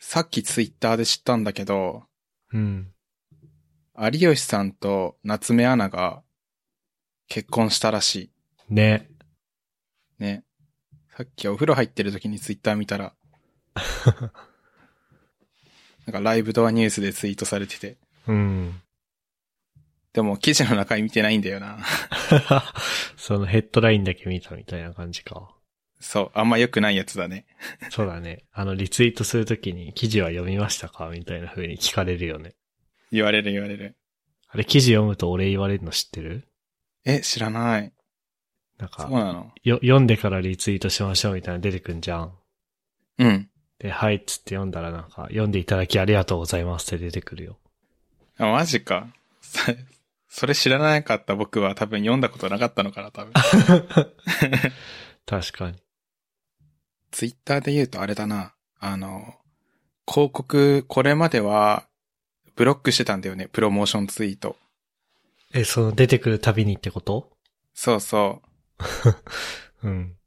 さっきツイッターで知ったんだけど、うん。有吉さんと夏目アナが結婚したらしね。い。ね。さっきお風呂入ってる時にツイッター見たら、なんかライブドアニュースでツイートされてて。うん。でも記事の中身見てないんだよな。 そのヘッドラインだけ見たみたいな感じか。そう、あんま良くないやつだね。そうだね。あの、リツイートするときに記事は読みましたかみたいな風に聞かれるよね。言われる言われる。あれ、記事読むとお礼言われるの知ってるえ、知らない。なんそかう、なのよ、読んでからリツイートしましょうみたいなの出てくんじゃん。うん。で、はいっつって読んだらなんか、読んでいただきありがとうございますって出てく るよ。あ、マジか。それそれ知らなかった僕は多分読んだことなかったのかな、多分。確かに。ツイッターで言うとあれだな。あの、広告、これまでは、ブロックしてたんだよね。プロモーションツイート。え、その出てくるたびにってことそうそう。うん。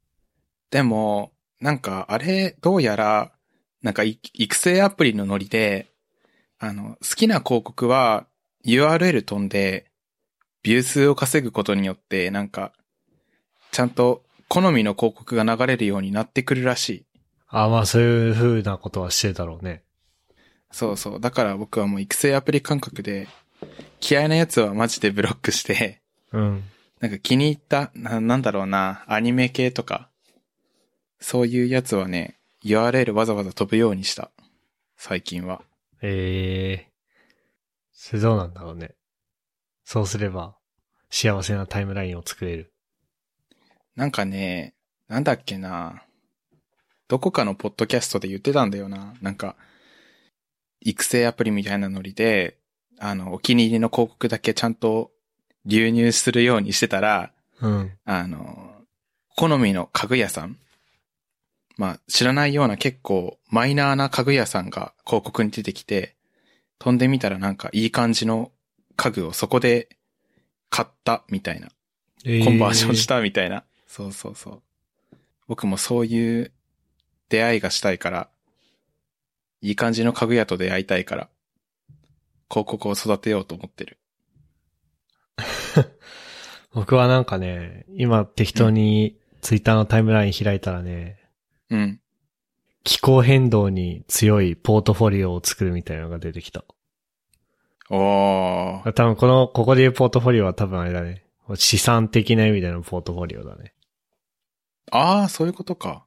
でも、なんか、あれ、どうやら、なんかい、育成アプリのノリで、あの、好きな広告は URL 飛んで、ビュー数を稼ぐことによって、なんか、ちゃんと好みの広告が流れるようになってくるらしい。あ、まあそういう風なことはしてるだろうね。そうそう。だから僕はもう育成アプリ感覚で、嫌いなやつはマジでブロックして、 うん。なんか気に入った、な、なんだろうな、アニメ系とか、そういうやつはね、URL わざわざ飛ぶようにした。最近は。ええそれどうなんだろうね。そうすれば、幸せなタイムラインを作れる。なんかね、なんだっけな、どこかのポッドキャストで言ってたんだよな。なんか、育成アプリみたいなノリで、あの、お気に入りの広告だけちゃんと流入するようにしてたら、うん。あの、好みの家具屋さん。まあ、知らないような結構マイナーな家具屋さんが広告に出てきて、飛んでみたらなんかいい感じの家具をそこで買ったみたいな。ええコンバージョンしたみたいな。そうそうそう。僕もそういう出会いがしたいから、いい感じの家具屋と出会いたいから、広告を育てようと思ってる。僕はなんかね、今適当にツイッターのタイムライン開いたらね、うん。気候変動に強いポートフォリオを作るみたいなのが出てきた。おー。多分この、ここで言うポートフォリオは多分あれだね。資産的な意味でのポートフォリオだね。あー、そういうことか。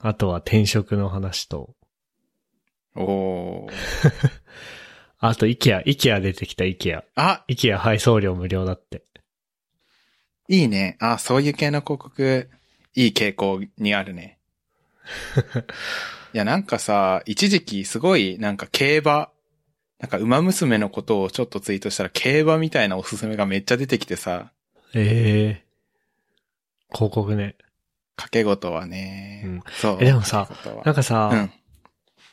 あとは転職の話と、おー。あと IKEA、IKEA 出てきた IKEA。あ、 IKEA 配送料無料だって。いいね。あ、そういう系の広告、いい傾向にある ね。いや、なんかさ、一時期すごい、なんか競馬、なんか馬娘のことをちょっとツイートしたら、競馬みたいなおすすめがめっちゃ出てきてさ、ええ広告ね。掛け事はね、うんそう。えでもさ賭け事はなんかさ、うん。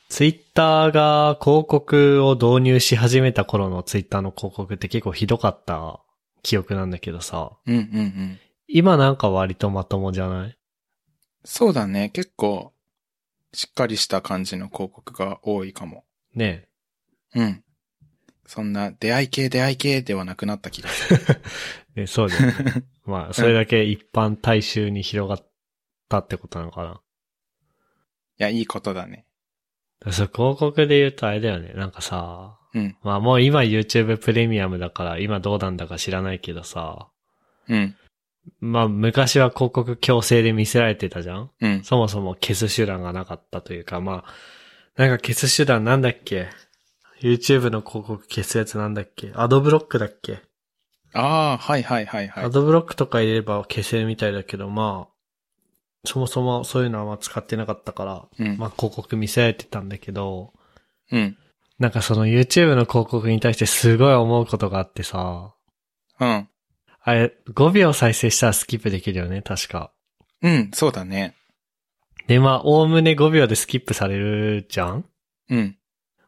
ツイッターが広告を導入し始めた頃のツイッターの広告って結構ひどかった記憶なんだけどさ、うんうんうん。今なんか割とまともじゃないそうだね。結構、しっかりした感じの広告が多いかも。ねうん。そんな、出会い系出会い系ではなくなった気がする。え。ねそうだよね。 まあ、それだけ一般大衆に広がったってことなのかな。いや、いいことだね。そう、広告で言うとあれだよね。なんかさ、うん。まあもう今 YouTube プレミアムだから今どうなんだか知らないけどさ、うん。まあ昔は広告強制で見せられてたじゃんうん。そもそも消す手段がなかったというか、まあ、なんか消す手段なんだっけ ?YouTube の広告消すやつなんだっけアドブロックだっけ、ああ、はいはいはいはいア。ドブロックとか入れれば消せるみたいだけど、まあ、そもそもそういうのはあんま使ってなかったから、うん。まあ広告見せられてたんだけど、うん。なんかその YouTube の広告に対してすごい思うことがあってさ、うん。あれ、5秒再生したらスキップできるよね、確か。うん、そうだね。で、まあ、おおむね5秒でスキップされるじゃんうん。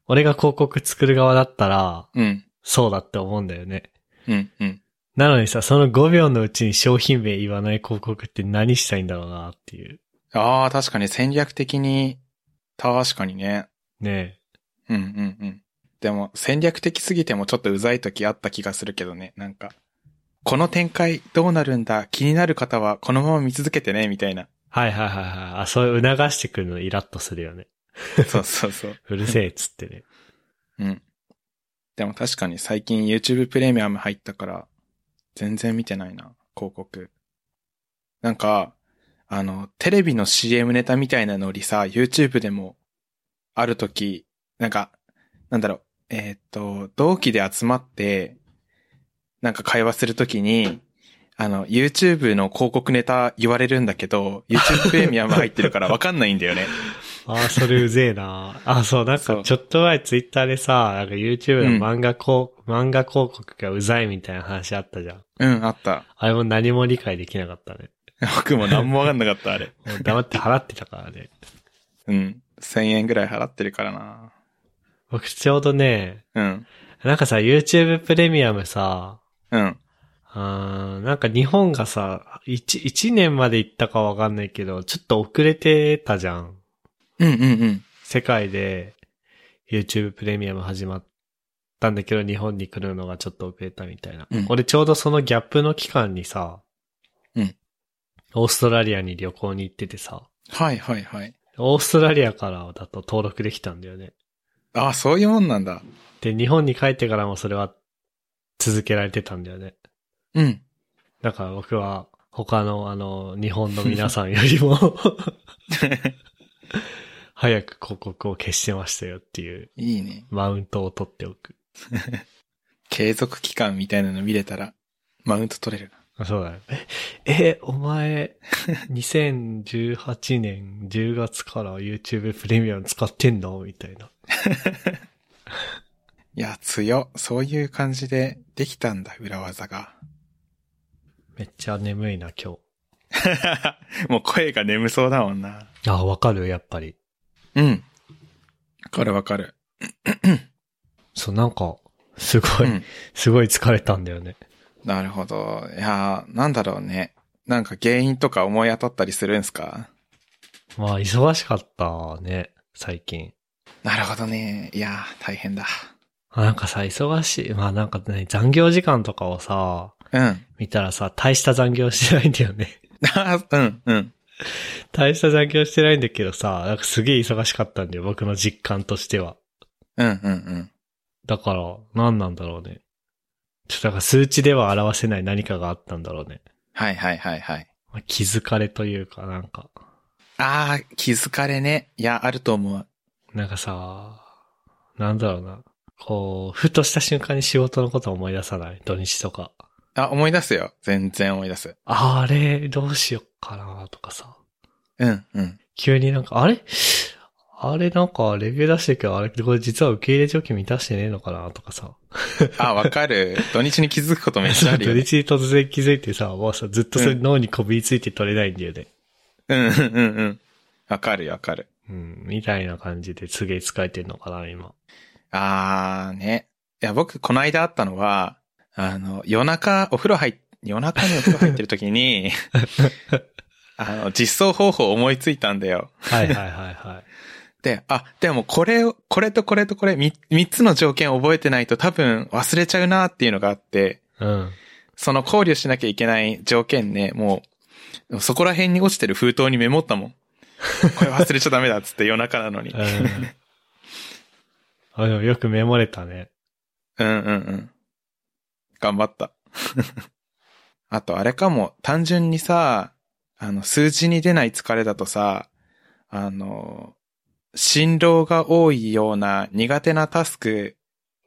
俺が広告作る側だったら、うん。そうだって思うんだよね。うん。うん。なのにさ、その5秒のうちに商品名言わない広告って何したいんだろうなっていう。ああ、確かに戦略的に、確かにね。ねうんうんうん。でも戦略的すぎてもちょっとうざい時あった気がするけどね。なんか、この展開どうなるんだ気になる方はこのまま見続けてね、みたいな。え。はいはいはいはい。あ、そういう促してくるのイラッとするよね。そうそうそう。うるせえっつっ てね。うん。でも確かに最近 YouTube プレミアム入ったから、全然見てないな、広告。なんか、あの、テレビの CM ネタみたいなのにさ、YouTube でも、ある時、なんか、なんだろう、えーっと、同期で集まって、なんか会話するときに、あの、YouTube の広告ネタ言われるんだけど、YouTube プレミアム入ってるからわかんないんだよね。ああ、それうぜえな。あそう、なんそかうちょっと前ツイッターでさ、なんか YouTube の漫画こ、漫画広告がうざいみたいな話あったじゃん。うん、あった。あれも何も理解できなかったね。僕も何もわかんなかった、あれ。もう黙って払ってたからね。うん。1000円ぐらい払ってるからな。僕ちょうどね、うん。なんかさ、YouTube プレミアムさ、うん。あーなんか日本がさ、1、一年まで行ったかわかんないけど、ちょっと遅れてたじゃん。うんうんうん。世界で YouTube プレミアム始まったんだけど、日本に来るのがちょっと遅れたみたいな。うん俺ちょうどそのギャップの期間にさ、うんオーストラリアに旅行に行っててさ、はいはいはい。オーストラリアからだと登録できたんだよね。ああ、そういうもんなんだ。で、日本に帰ってからもそれは続けられてたんだよね。うん。だから僕は他のあの、日本の皆さんよりも早く広告を消してましたよっていういいね。マウントを取っておく。継続期間みたいなの見れたら、マウント取れるな。あそうだね。え、えお前、2018年10月から YouTube プレミアム使ってんのみたいな。いや、強。そういう感じでできたんだ、裏技が。 めっちゃ眠いな、今もう声が眠そうだもんな。日。あ、わかるやっぱり。うん。わかるわかる。そう、なんか、すごい、うんすごい疲れたんだよね。なるほど。いやー、なんだろうね。なんか原因とか思い当たったりするんすかまあ、忙しかったね、最近。なるほどね。いやー、大変だ。あなんかさ、忙しい。まあなんかね、残業時間とかをさ、うん。見たらさ、大した残業してないんだよね。 あー うん、うん。大した残業してないんだけどさ、なんかすげえ忙しかったんだよ、僕の実感としては。うん、うん、うん。だから、何なんだろうね。ちょっとなんか数値では表せない何かがあったんだろうね。はいはいはいはい。まあ気づかれというか、なんか。ああ、気づかれね。いや、あると思う。なんかさ、なんだろうな。こう、ふとした瞬間に仕事のことを思い出さない土日とか。あ、思い出すよ。全然思い出す。あれ、どうしよっかなとかさ。うん、うん。急になんか、あれあれなんか、レビュー出してるけど、あれ、これ実は受け入れ条件満たしてねえのかなとかさ。あ、わかる。土日に気づくことめっちそゃあうるよ、土ね。日に突然気づいてさ、もうさ、ずっとそれ脳にこびりついて取れないんだよね。うん、うん、うんうん。わかるよ、わかる。うん、みたいな感じですげえ疲れてんのかな、今。ああ、ね。いや、僕、この間あったのは、あの、夜中、お風呂入っ、夜中にお風呂入ってる時に、あの、実装方法思いついたんだよ。はいはいはいはい。で、あ、でもこれを、これとこれとこれ、み三つの条件覚えてないと多分忘れちゃうなっていうのがあって、うん。その考慮しなきゃいけない条件ね、もう、そこら辺に落ちてる封筒にメモったもん。これ忘れちゃダメだっつって夜中なの に。うん。あ、でもよくメモれたね。うんうんうん。頑張った。 あとあれかも、単純にさ、あの、数字に出ない疲れだとさ、あの、振動が多いような苦手なタスク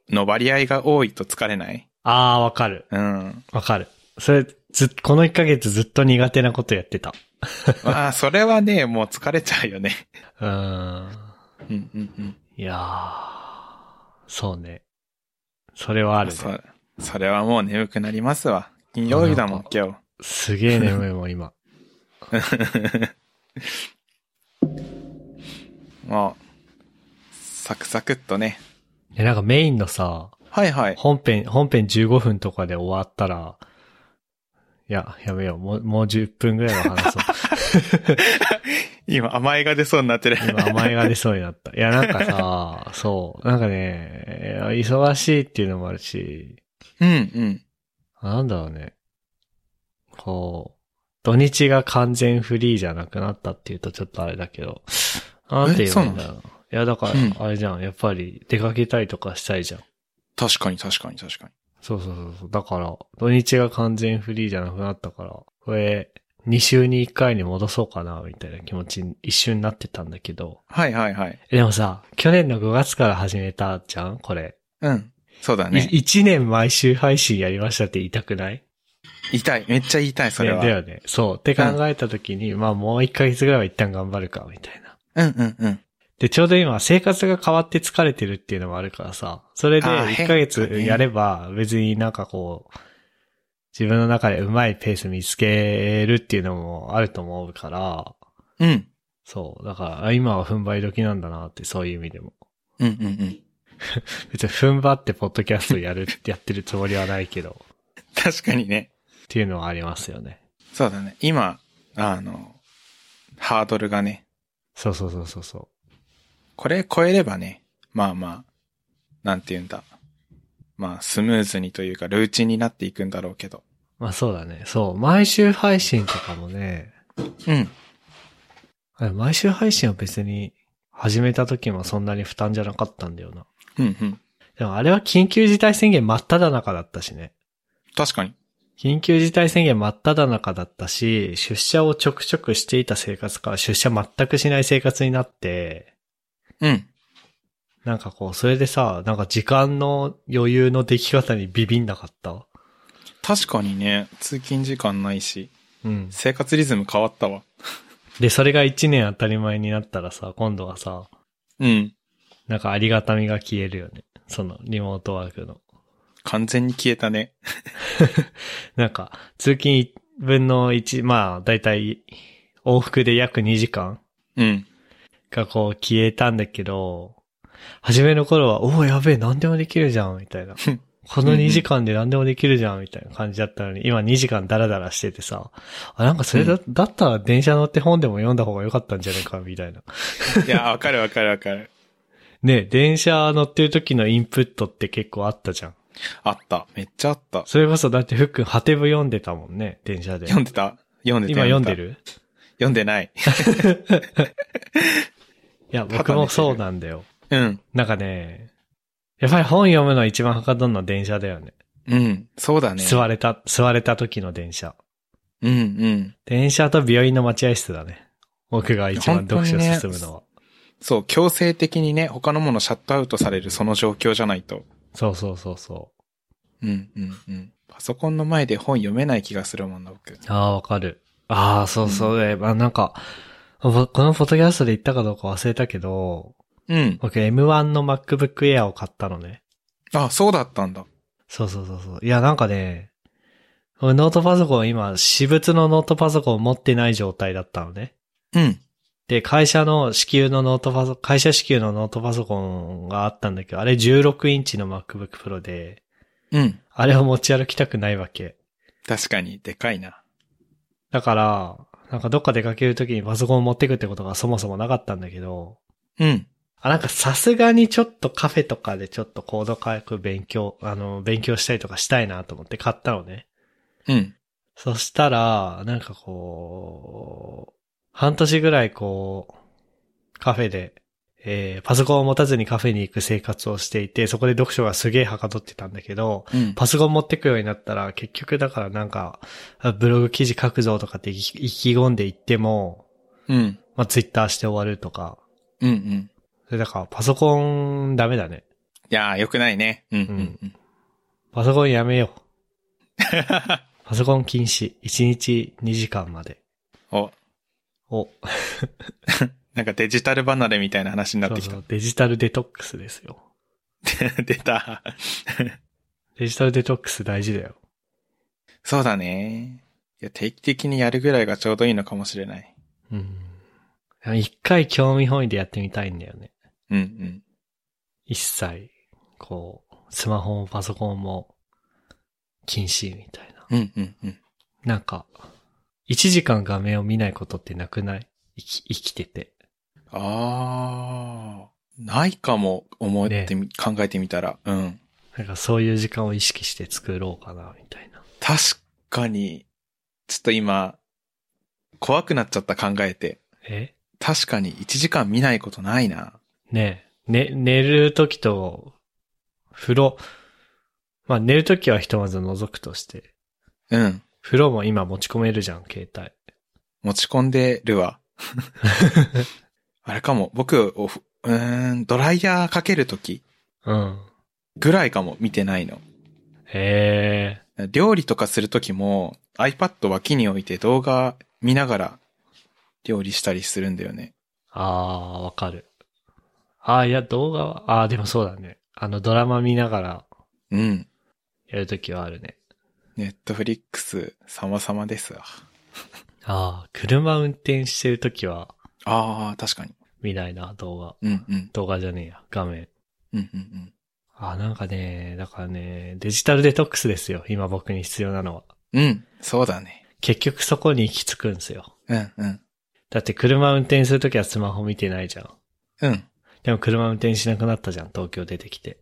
の割合が多いと疲れないあー、わかる。うん。 わかる。それ、ずっ、この1ヶ月ずっと苦手なことやってた。まあ、それはね、もう疲れちゃうよね。うん。うんうんうん。いやー、そうね。それはあるね。そそれはもう眠くなりますわ。金曜日だもん、今日。すげえ眠いもん、今。もう、サクサクっとね。 え、なんかメインのさ、はいはい。本編、本編15分とかで終わったら、いや、やめよう。もう、もう10分ぐらいは話そう。今甘えが出そうになってる。今甘えが出そうになった。いや、なんかさ、 そう、なんかね、忙しいっていうのもあるし、うんうん。なんだろうね。こう、土日が完全フリーじゃなくなったっていうとちょっとあれだけど、なんて言えばいいんだろう。いや、だかうんら、あれじゃん、やっぱり出かけたりとかしたいじゃん。確かに確かに確かに。そうそうそうそう。だから、土日が完全フリーじゃなくなったから、これ、2週に1回に戻そうかな、みたいな気持ちに一瞬になってたんだけど。はいはいはい。えでもさ、去年の5月から始めたじゃんこれ。うん。そうだね。 1年毎週配信やりましたって言いたくない痛い。めっちゃ痛い、それは。ねだよね。そう。って考えた時に、まあもう1ヶ月ぐらいは一旦頑張るか、みたいな。うんうんうん。で、ちょうど今、生活が変わって疲れてるっていうのもあるからさ、それであー1ヶ月変化ねやれば、別になんかこう、自分の中でうまいペース見つけるっていうのもあると思うから、うん。そう。だから、あ今は踏ん張り時なんだなって、そういう意味でも。うんうんうん。別に踏ん張ってポッドキャストや るってやってるつもりはないけど、確かにね。っていうのはありますよね。そうだね。今、あの、ハードルがね、そうそうそうそうそう。これ超えればね、まあまあ、なんて言うんだ。まあ、スムーズにというか、ルーチンになっていくんだろうけど。まあそうだね。そう。毎週配信とかもね、うん。あれ毎週配信は別に始めた時もそんなに負担じゃなかったんだよな。うんうん。でもあれは緊急事態宣言真っ只中だったしね。確かに。緊急事態宣言真っ只中だったし、出社をちょくちょくしていた生活から出社全くしない生活になって、うん。なんかこう、それでさ、なんか時間の余裕の出来方にビビんなかった確かにね、通勤時間ないし、うん。生活リズム変わったわ。で、それが一年当たり前になったらさ、今度はさ、うん。なんかありがたみが消えるよね。その、リモートワークの。完全に消えたね。なんか、通勤分の1、まあ、だいたい往復で約2時間うん。がこう消えたんだけど、初めの頃は、おお、やべえ、何でもできるじゃん、みた いな。この2時間で何でもできるじゃん、みたいな感じだったのに、今2時間ダラダラしててさ、あ、なんかそれだ、だったら電車乗って本でも読んだ方が良かったんじゃないか、みたいな。いや、わかるわかるわかる。ね電車乗ってる時のインプットって結構あったじゃん。あった。めっちゃあった。それこそだってふっくん、ハテブ読んでたもんね、電車で。読んでた読んでた今読んでたる読んでない。いや、ただ僕も寝てるそうなんだよ。うん。なんかね、やっぱり本読むの一番はかどんの電車だよね。うん。そうだね。座れた、座れた時の電車。うんうん。電車と病院の待合室だね。僕が一番読書を進むのは。そう、強制的にね、他のものシャットアウトされるその状況じゃないと。そうそうそうそう。うんうんうん。パソコンの前で本読めない気がするもんな、僕。ああ、わかる。ああ、そうそうね。まあなんか、ぼこのフォトキャストで言ったかどうか忘れたけど、うん。僕 M1 の MacBook Air を買ったのね。あ、そうだったんだ。そうそうそうそう。いや、なんかね、俺ノートパソコン今、私物のノートパソコンを持ってない状態だったのね。うん。で、会社の支給のノートパソ、会社支給のノートパソコンがあったんだけど、あれ16インチの MacBook Pro で、うん。あれを持ち歩きたくないわけ。確かに、でかいな。だから、なんかどっか出かけるときにパソコンを持ってくってことがそもそもなかったんだけど、うん。あ、なんかさすがにちょっとカフェとかでちょっとコード科学勉強、あの、勉強したりとかしたいなと思って買ったのね。うん。そしたら、なんかこう、半年ぐらいこう、カフェで、えーパソコンを持たずにカフェに行く生活をしていて、そこで読書がすげえはかどってたんだけど、うん。パソコン持ってくようになったら、結局だからなんか、あブログ記事書くぞとかって意気意気込んでいっても、うん。まあ、ツイッターして終わるとか。うんうん。それだから、パソコンダメだね。いやー、よくないね。うんうんうん。パソコンやめよう。パソコン禁止。1日2時間まで。お、をなんかデジタル離れみたいな話になってきたそう。そうデジタルデトックスですよ。 出た。デジタルデトックス大事だよ。そうだね。いや、定期的にやるぐらいがちょうどいいのかもしれない。うん。一回興味本位でやってみたいんだよね。うんうん。一切、こう、スマホもパソコンも禁止みたいな。うんうんうん。なんか、一時間画面を見ないことってなくない生き、生きてて。ああ、ないかも、思ってみ、考えてみたら。うん。なんかそういう時間を意識して作ろうかな、みたいな。確かに、ちょっと今、怖くなっちゃった考えて。え確かに1時間見ないことないな。ねえ。ね、寝るときと、風呂、まあ寝るときはひとまず覗くとして、うん。風呂も今持ち込めるじゃん、携帯。持ち込んでる わ。あれかも、僕、おふうーん、ドライヤーかけるときうん。ぐらいかも見てないの。へえ。料理とかするときも iPad 脇に置いて動画見ながら料理したりするんだよね。あー、わかる。あー、いや、動画は、あー、でもそうだね。あの、ドラマ見ながらうん。やるときはあるね。ネットフリックス様々ですわ。あー、車運転してるときはああ、確かに。見ないな、動画。うんうん。動画じゃねえや、画面。うんうんうん。あー、なんかね、だからね、デジタルデトックスですよ、今僕に必要なのは。うん、そうだね。結局そこに行き着くんですよ。うんうん。だって車運転するときはスマホ見てないじゃん。うん。でも車運転しなくなったじゃん、東京出てきて。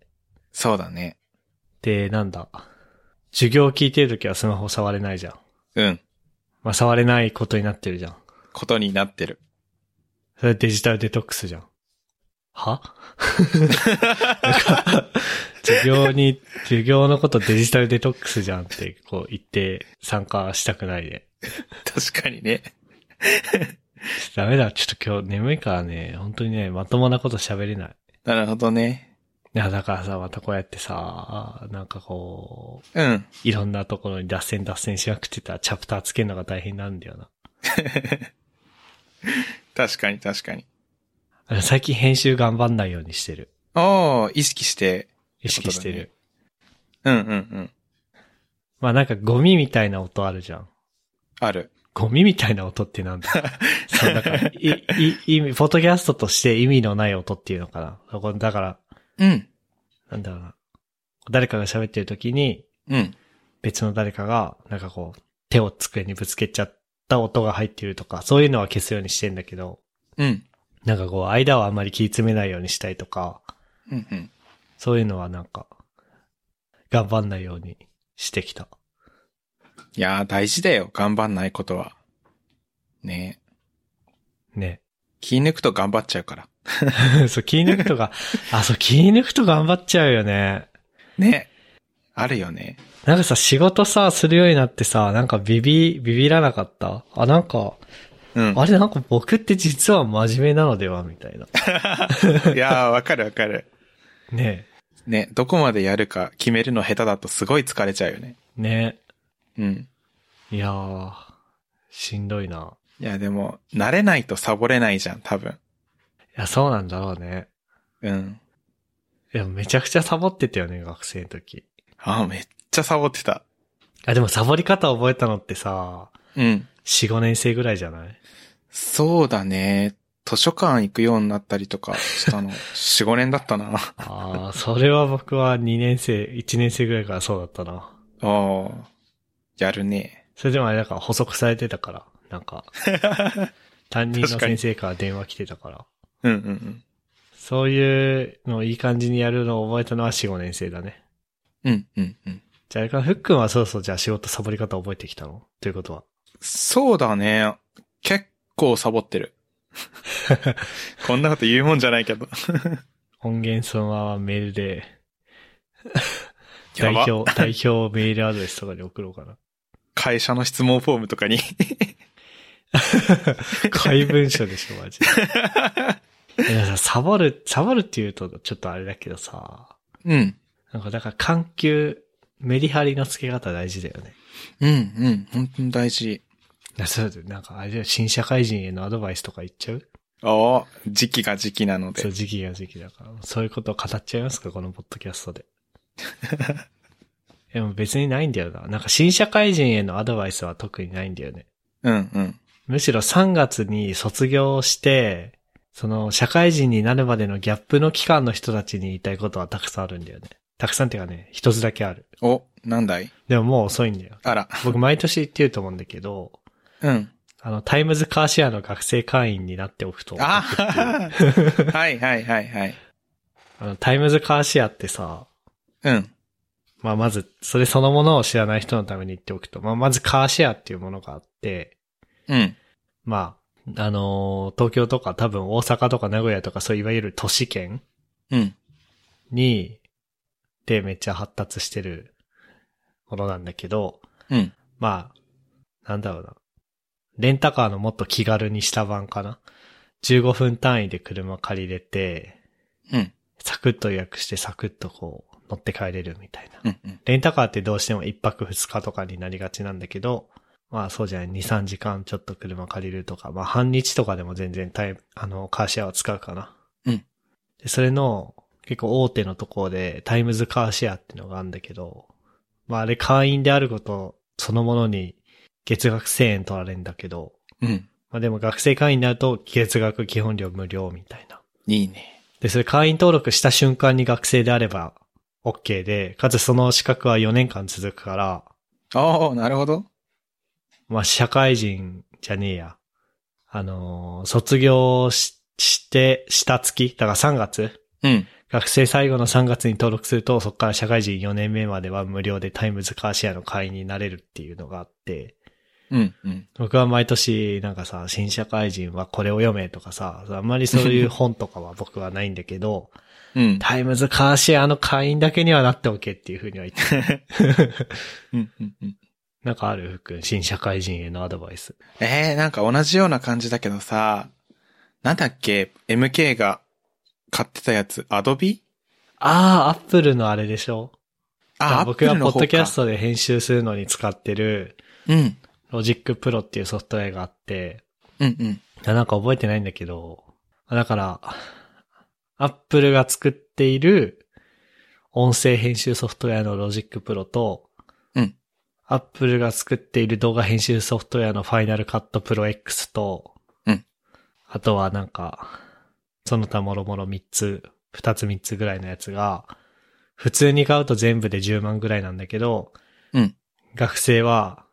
そうだね。で、なんだ。授業聞いてるときはスマホ触れないじゃん。うん。まあ、触れないことになってるじゃん。ことになってる。 それデジタルデトックスじゃん。は 授業に、授業のことデジタルデトックスじゃんって、こう言って参加したくないで。確かにね。ダメだ、ちょっと今日眠いからね、本当にね、まともなこと喋れない。なるほどね。いや、だからさ、またこうやってさ、なんかこう、うん。いろんなところに脱線脱線しまくってたらチャプターつけるのが大変なんだよな。確かに確かに。あの 最近編集頑張んないようにしてる。おー、意識して。意識してる。うんうんうん。まあなんかゴミみたいな音あるじゃん。ある。ゴミみたいな音ってなんだそう、だから、い、い、意味、フォトキャストとして意味のない音っていうのかな。これだから、うん。なんだろうな。誰かが喋ってる時に、うん。別の誰かが、なんかこう、手を机にぶつけちゃった音が入ってるとか、そういうのは消すようにしてんだけど、うん。なんかこう、間はあんまり気詰めないようにしたいとか、うんうん。そういうのはなんか、頑張んないようにしてきた。いやー、大事だよ。頑張んないことは。ねね。気抜くと頑張っちゃうから。 そう、気抜くとか、あ、そう、気抜くと頑張っちゃうよね。ねあるよね。なんかさ、仕事さ、するようになってさ、なんかビビ、ビビらなかったあ、なんか、うん。あれなんか僕って実は真面目なのではみたいな。いやー、わかるわかる。ねね、どこまでやるか決めるの下手だとすごい疲れちゃうよね。え。ねうん。え。いやー、しんどいな。いや、でも、慣れないとサボれないじゃん、多分。いや、そうなんだろうね。うん。いや、めちゃくちゃサボってたよね、学生の時。あー、めっちゃサボってた。あ、でもサボり方覚えたのってさ、うん。 4、5年生ぐらいじゃないそうだね。図書館行くようになったりとかしたの、4、5年だったな。あああ、それは僕は2年生、1年生ぐらいからそうだったな。ーやるね。それでもあれだから補足されてたから、なんか、担任の確かに先生から電話来てたから。うんうんうん。そういうのをいい感じにやるのを覚えたのは4、5年生だね。うんうんうん。じゃあ、あれか、ふっくんはそうそう、じゃあ仕事サボり方覚えてきたのということは。そうだね。結構サボって る。こんなこと言うもんじゃないけど。音源そのままメールで、や代ば。表、代表メールアドレスとかに送ろうかな。会社の質問フォームとかに。怪文書でしょ、マジで。いやさサボる、サボるって言うとちょっとあれだけどさ、うん。なんかだから緩急、メリハリの付け方大事だよね。うんうん。本当に大事。いやそうだよなんかあれだよ、新社会人へのアドバイスとか言っちゃうああ、時期が時期なのそで。う、時期が時期だから。そういうことを語っちゃいますかこのポッドキャストで。 でも別にないんだよな。なんか新社会人へのアドバイスは特にないんだよね。うんうん。むしろ3月に卒業して、その社会人になるまでのギャップの期間の人たちに言いたいことはたくさんあるんだよね。たくさんっていうかね、一つだけある。お、なんだいでももう遅いんだよ。あら。僕毎年言ってると思うんだけど、うん。あの、タイムズカーシェアの学生会員になっておくと。あはいはいはいはい。あの、タイムズカーシェアってさ、うん。まあまず、それそのものを知らない人のために言っておくと、まあまずカーシェアっていうものがあって、うん。まあ、あのー東京とか多分大阪とか名古屋とかそういわゆる都市圏うん。に、でめっちゃ発達してるものなんだけど、うん。まあ、なんだろうな。レンタカーのもっと気軽にした版かな。15分単位で車借りれて、うん。サクッと予約してサクッとこう乗って帰れるみたいな。うん。うん。レンタカーってどうしても1泊2日とかになりがちなんだけど、まあそうじゃない、2、3時間ちょっと車借りるとか、まあ半日とかでも全然タイム、あの、カーシェアを使うかな。うん。で、それの結構大手のところでタイムズカーシェアっていうのがあるんだけど、まああれ会員であることそのものに月額1000円取られるんだけど、うん。まあでも学生会員になると月額基本料無料みたいな。いいね。で、それ会員登録した瞬間に学生であれば OK で、かつその資格は4年間続くから、ああ、なるほど。まあ、社会人じゃねえや。あのー卒業しして、した月、だから3月、うん。学生最後の3月に登録すると、そこから社会人4年目までは無料でタイムズカーシェアの会員になれるっていうのがあって、うん。うん。僕は毎年なんかさ、新社会人はこれを読めとかさ、あんまりそういう本とかは僕はないんだけど、うん。タイムズカーシェアの会員だけにはなっておけっていうふうには言 ってる。うん。うん。うん。なんかある福君、新社会人へのアドバイス。ええなんか同じような感じだけどさ、なんだっけ ?MK が買ってたやつ、アドビああ、アップルのあれでしょあ、僕がポッドキャスト。トで編集するのに使ってる、うん。ロジックプロっていうソフトウェアがあって、うんうん。いやなんか覚えてないんだけど、だから、アップルが作っている音声編集ソフトウェアのロジックプロと、うんアップルが作っている動画編集ソフトウェアのファイナルカットプロ X と、うんあとはなんか、その他もろもろ3つ、2つ3つぐらいのやつが、普通に買うと全部で10万ぐらいなんだけど、うん学生は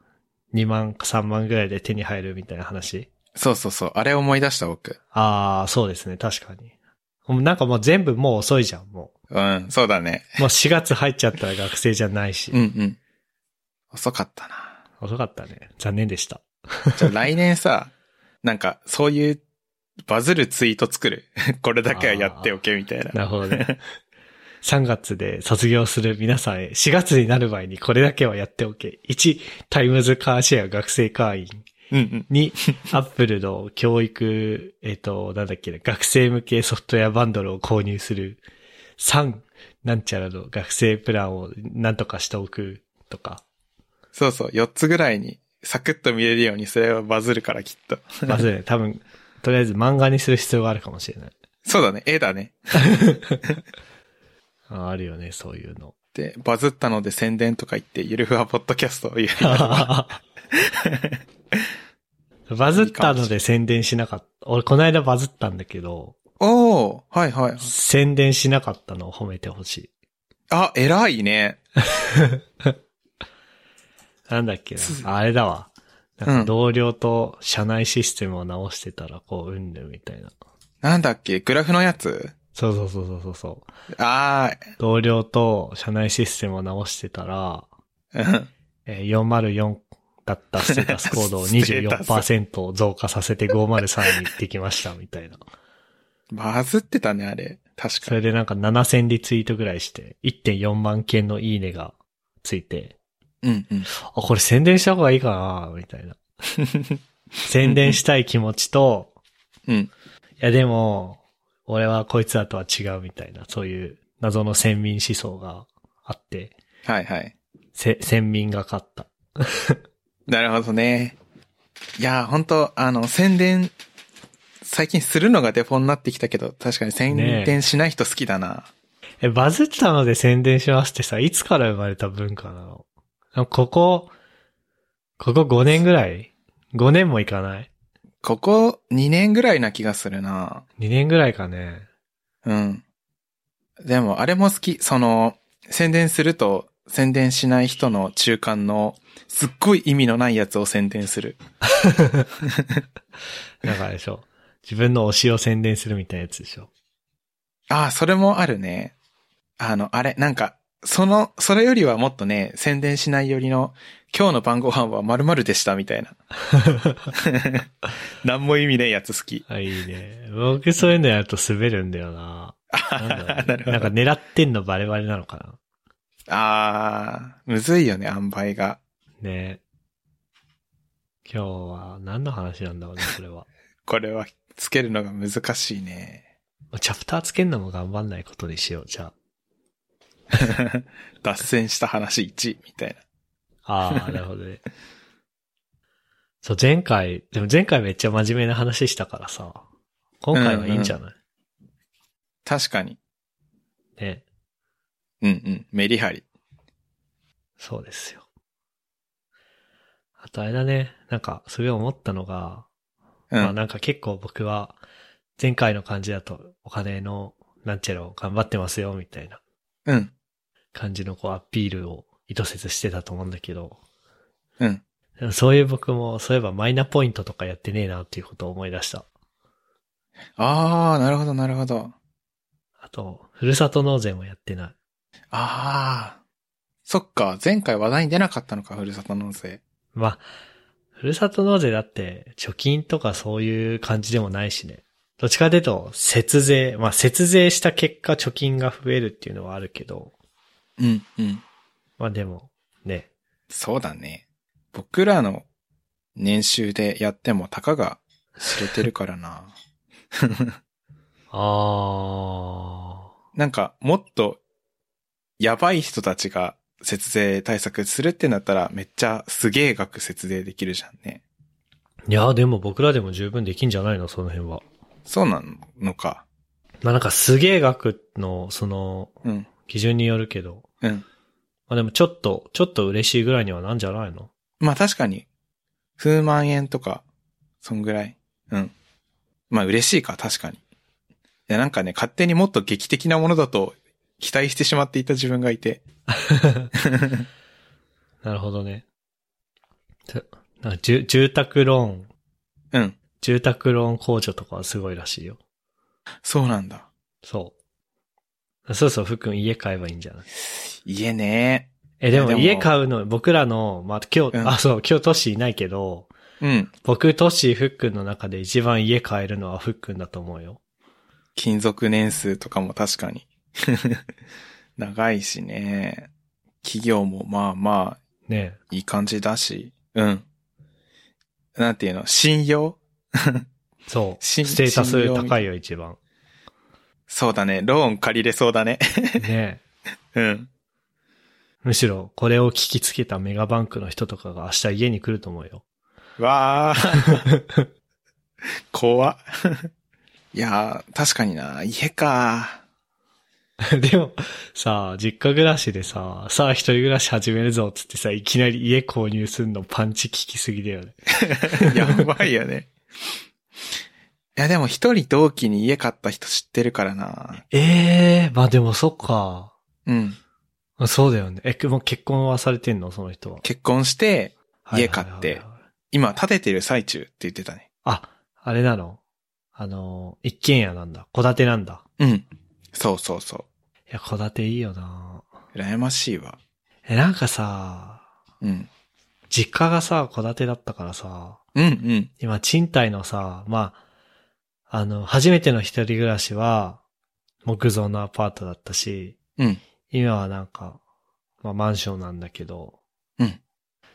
2万か3万ぐらいで手に入るみたいな話。そうそうそう。あれ思い出した僕。ああ、そうですね、確かに。もうなんかもう全部もう遅いじゃん、もうん、そうだね。う。もう4月入っちゃったら学生じゃないし。うんうん。遅かったな。遅かったね。残念でした。じゃあ来年さ、 なんかそういうバズるツイート作る。 これだけはやっておけみたいな。なるほどね。3月で卒業する皆さんへ、4月になる前にこれだけはやっておけ。1、タイムズカーシェア学生会員。うん2、アップルの教育、えっ、と、なんだっけな、学生向けソフトウェアバンドルを購入する。3、なんちゃらの学生プランをなんとかしておくとか。うん。そうそう。4つぐらいにサクッと見れるようにすればバズるからきっと。まずね、多分、とりあえず漫画にする必要があるかもしれない。そうだね。絵だね。ああるよね、そうい うの。で、バズったので宣伝とか言って、ゆるふわポッドキャストを言う。バズったので宣伝しなかった。俺、この間バズったんだけど、おー、はいはい。宣伝しなかったのを褒めてほしい。あ、偉いね。なんだっけすな。ああれだわ。なうんかん同僚と社内システムを直してたら、こう、うんぬんみたいな。なんだっけグラフのやつそうそうそうそうそうそう。あ同僚と社内システムを直してたら、ー、うん。えー404だったステータスコードを24%増加させて503にできましたみたいな。バズってたね、あれ。確そかに。れでなんか7000リツイートぐらいして、1.4万件のいいねがついて、うんうん。あ、これ宣伝した方がいいかなみたい な。宣伝したい気持ちと、うん。いやでも、俺はこいつらとは違うみたいな、そういう謎の先民思想があって、はいはい。せ、先民が勝った。なるほどね。いやー、本当あの、宣伝、最近するのがデフォになってきたけど、確かに宣伝しない人好きだな。え、バズったので宣伝しますってさ、いつから生まれた文化なのなんかここ、ここ5年ぐらい ?5 年もいかないここ2年ぐらいな気がするな。 ?2 年ぐらいかね。うん。でも、あれも好き。その、宣伝すると、宣伝しない人の中間のすっごい意味のないやつを宣伝する。なんかあれでしょ。自分の推しを宣伝するみたいなやつでしょ。ああ、それもあるね。あの、あれ、なんか、その、それよりはもっとね、宣伝しないよりの、今日の晩ご飯は〇〇でしたみたいな。 何も意味ねえやつ好き。あ、いいね。僕そういうのやると滑るんだよな。なんだろうね なるほどなんか狙ってんのバレバレなのかな。ああ、むずいよね、塩梅が。ね今日は何の話なんだろうね、これは。 これは、つけるのが難しいね。 チャプターつけんのも頑張んないことにしよう、じゃ脱線した話1、みたいな。あ。ああ、なるほどね。そう、前回、でも前回めっちゃ真面目な話したからさ、今回はいいんじゃない、確かに。ね。うんうん。メリハリ。そうですよ。あとあれだね、なんか、それを思ったのが、うん。まあなんか結構僕は、前回の感じだとお金の、なんちゃらを頑張ってますよ、みたいなうん。感じのこうアピールを意図せずしてたと思うんだけど、うん。でもそういう僕も、そういえばマイナポイントとかやってねえなっていうことを思い出した。ああ、なるほど、なるほど。あと、ふるさと納税もやってない。ああ。そっか、前回話題に出なかったのか、ふるさと納税。まあ、ふるさと納税だって貯金とかそういう感じでもないしね。どっちかというと、節税。まあ、節税した結果貯金が増えるっていうのはあるけど、うん、うん。まあでも、ね、そうだね。僕らの年収でやってもたかが知れてるから な。あなんか、もっと、やばい人たちが節税対策するってなったら、めっちゃすげえ額節税できるじゃんね。ー。いや、でも僕らでも十分できんじゃないの、その辺は。そうなのか。まあなんかすげえ額の、その、うん、基準によるけど。うん。まあでもちょっと、ちょっと嬉しいぐらいにはなんじゃないのまあ確かに、数万円とか、そんぐらい。うん。まあ嬉しいか、確かに。いや、なんかね、勝手にもっと劇的なものだと期待してしまっていた自分がいて。なるほどね。たなんか住住宅ローン、うん。住宅ローン控除とかはすごいらしいよ。そうなんだ。そう。そうそう、ふくん家買えばいいんじゃない家ね。え、でもでも家買うの、僕らの、まあ、今日、うんあ、そう、今日トッシーいないけど、うん。僕、トッシー、ふっくんの中で一番家買えるのはふっくんだと思うよ。勤続年数とかも確かに。 長いしね。企業もまあまあ、ねえいい感じだし。うん。なんていうの信用そう。信ステー信タス用高いよ、一番。そうだね。ローン借りれそうだね。 ねえうん。むしろ、これを聞きつけたメガバンクの人とかが明日家に来ると思うよ。 わあ。怖っいやー、確かにな。家か。 でも、さあ、実家暮らしでさ、さあ、一人暮らし始めるぞ、つってさ、いきなり家購入すんのパンチ効きすぎだよね。やばいよね。いや、でも一人同期に家買った人知ってるからな。ええまあでもそっか。うん。そうだよね。え、くもう結婚はされてんのその人は。結婚して、家買ってはいはいはいはい今建ててる最中って言ってたね。あ、あれなのあの、一軒家なんだ。戸建てなんだ。うん。そうそうそいや、戸建ていいよなう。羨ましいわ。え、なんかさ、うん。実家がさ、戸建てだったからさ、うんうん。今、賃貸のさ、まあ、あの、初めての一人暮らしは、木造のアパートだったし、うん。今はなんか、まあ、マンションなんだけど、うん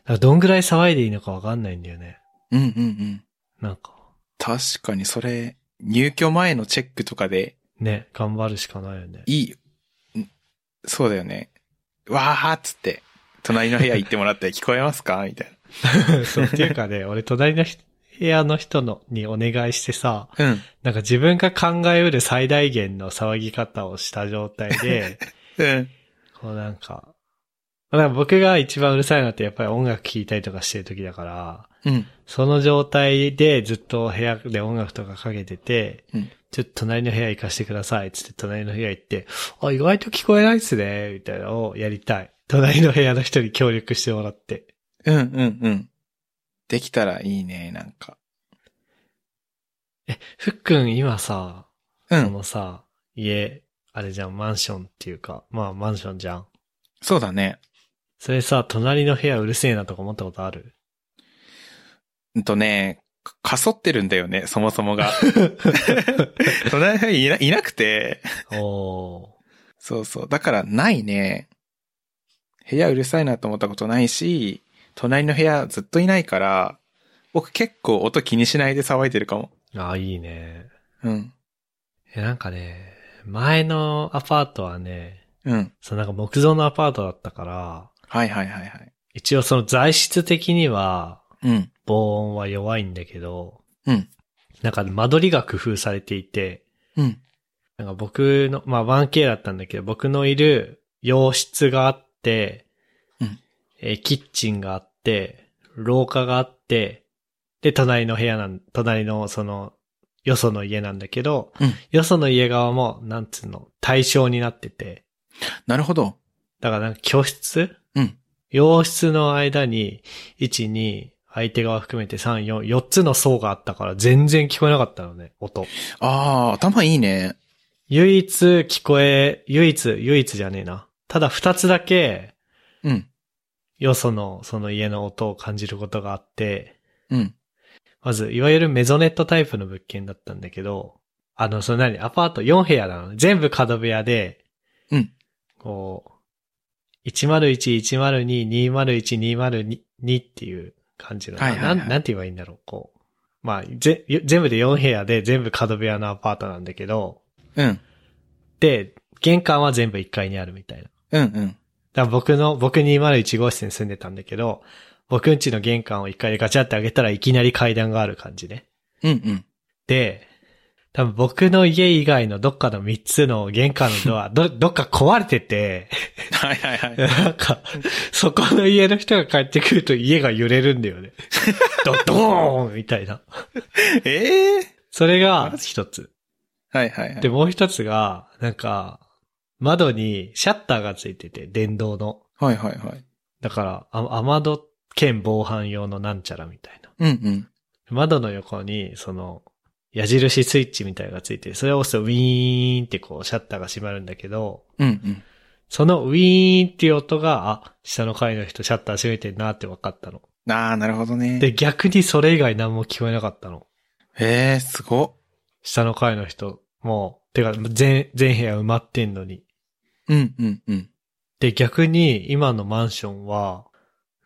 だからどんぐらい騒いでいいのかわかんないんだよね。うんうんうん。なんか、確かにそれ、入居前のチェックとかで、ね、頑張るしかないよね。いい、んそうだよね。わーっつって、隣の部屋行ってもらって 聞こえますかみたいそう、っていうかね、 俺隣の人部屋の人のにお願いしてさ、な。うん。なんか自分が考えうる最大限の騒ぎ方をした状態 で、うん。こうなんか、まあなんか僕が一番うるさいのってやっぱり音楽聴いたりとかしてる時だから、うん。その状態でずっと部屋で音楽とかかけてて、うんちょっと隣の部屋行かしてくださいっつって隣の部屋行って、あ、意外と聞こえないっすね、みたいなのをやりたい。隣の部屋の人に協力してもらって。うんうんうん。できたらいいね、なんか。ふっくん今さ、うそん。のさ、家、あれじゃん、マンションっていうか、まあマンションじゃん。そうだね。それさ、隣の部屋うるせえなとか思ったこと あるうんとね、かかそってるんだよね、そもそも が。隣の部屋いないなくて。おー。そうそう。だから、ないね。部屋うるさいなと思ったことないし、隣の部屋ずっといないから、僕結構音気にしないで騒いでるかも。ああ、いいね。うん。え、なんかね、前のアパートはね、うん。そのなんか木造のアパートだったから、はいはいはいはい。一応その材質的には、うん。防音は弱いんだけど、うん。なんか間取りが工夫されていて、うん。なんか僕の、まあ 1K だったんだけど、僕のいる洋室があって、うんえーキッチンがあって、廊下があって、で、隣の部屋なん、隣のその、よその家なんだけど、うんよその家側も、なんつうの、対象になってて、なるほど。だからなんか居室うん。洋室の間に、1、2、相手側含めて3、4、4つの層があったから全然聞こえなかったのね、音。ああ、頭いいね。唯一聞こえ、唯一、唯一じゃねえな。ただ二つだけ、うん。よその、その家の音を感じることがあって、うん。まず、いわゆるメゾネットタイプの物件だったんだけど、あの、その何、アパート4部屋なの。全部角部屋で、うん。こう、101、102、201、202っていう感じの、はいはいはいなん、なんて言えばいいんだろう、こう。まあ、ぜ、全部で4部屋で全部角部屋のアパートなんだけど、うん。で、玄関は全部1階にあるみたいな。だかうんうん。ら僕の、僕201号室に住んでたんだけど、僕んちの玄関を1階でガチャって開けたらいきなり階段がある感じね。うんうん。で、多分僕の家以外のどっかの3つの玄関のドア、 ど、どっか壊れてて、はいはいはい。なんか、そこの家の人が帰ってくると家が揺れるんだよね。 ドドーンみたいな。ええそれが一つ。はいはいはい。で、もう一つが、なんか、窓にシャッターがついてて、電動の。はいはいはい。だから、あ雨戸兼防犯用のなんちゃらみたいな。うんうん。窓の横に、その、矢印スイッチみたいなのがついて、それを押すとウィーンってこうシャッターが閉まるんだけど、うんうん。そのウィーンっていう音が、あ、下の階の人シャッター閉めてんなって分かったの。ああ、なるほどね。で、逆にそれ以外何も聞こえなかったの。ええすご下の階の人、もう、てか全、全部屋埋まってんのに。っ。うんうんうん。で、逆に今のマンションは、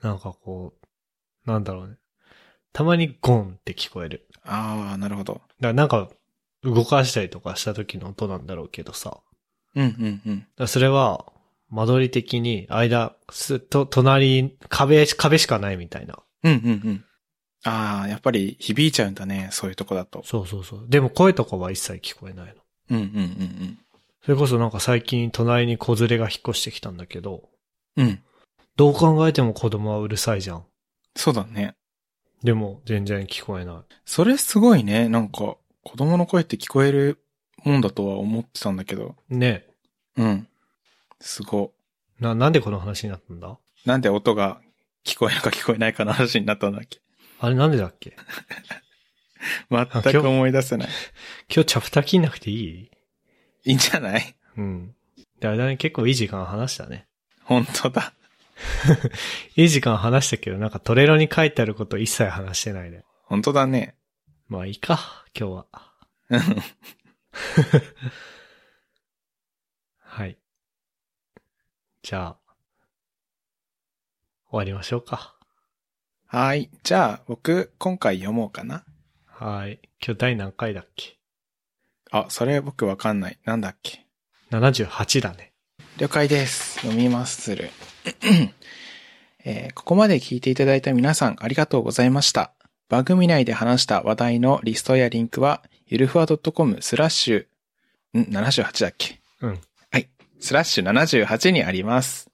なんかこう、なんだろうね。たまにゴンって聞こえる。ああ、なるほど。だからなんか、動かしたりとかした時の音なんだろうけどさ。だかうんうんうん。らそれは、間取り的に、間、す、と、隣、壁、壁しかないみたいな。うんうんうん。ああ、やっぱり響いちゃうんだね。そういうとこだと。そうそうそう。でも声とかは一切聞こえないの。うんうんうんそれこそなんか最近隣に子連れが引っ越してきたんだけど、うん。うん。どう考えても子供はうるさいじゃん。そうだね。でも、全然聞こえなそれすごいね。なんか、子供の声って聞こえるもんだとは思ってたんだけど。い。ねえ。うん。すご。な、なんでこの話になったんだなんで音が聞こえるか聞こえないかの話になったんだっけあれなんでだっけ全く思い出せない。今日チャプター切んなくていいいいんじゃないうん。で、あれだね、結構いい時間話したね。本当だ。いい時間話したけど、なんかトレロに書いてあること一切話してないね。本当だね。まあいいか、今日は。うんはい。じゃあ、終わりましょうか。はい。じゃあ、僕、今回読もうかな。はい。今日第何回だっけあ、それ僕わかんない。なんだっけ。 ?78 だね。了解です。読みまする。えーここまで聞いていただいた皆さんありがとうございました。番組内で話した話題のリストやリンクは、ゆるふわ .com スラッシュ、ん ?78 だっけうん。はい。スラッシュ78にあります。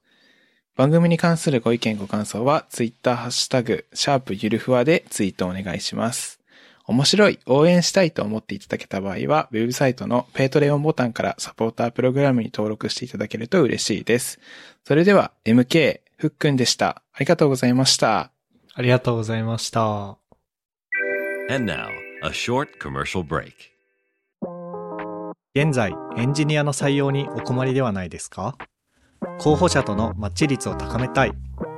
番組に関するご意見ご感想は、ツイッターハッシュタグ、シャープゆるふわでツイートお願いします。面白い、応援したいと思っていただけた場合は、ウェブサイトのペイトレオンボタンからサポータープログラムに登録していただけると嬉しいです。それでは、MK、ふっくんでした。ありがとうございました。ありがとうございました。 And now, a short commercial break. 現在エンジニアの採用にお困りではないですか候補者とのマッチ率を高めたい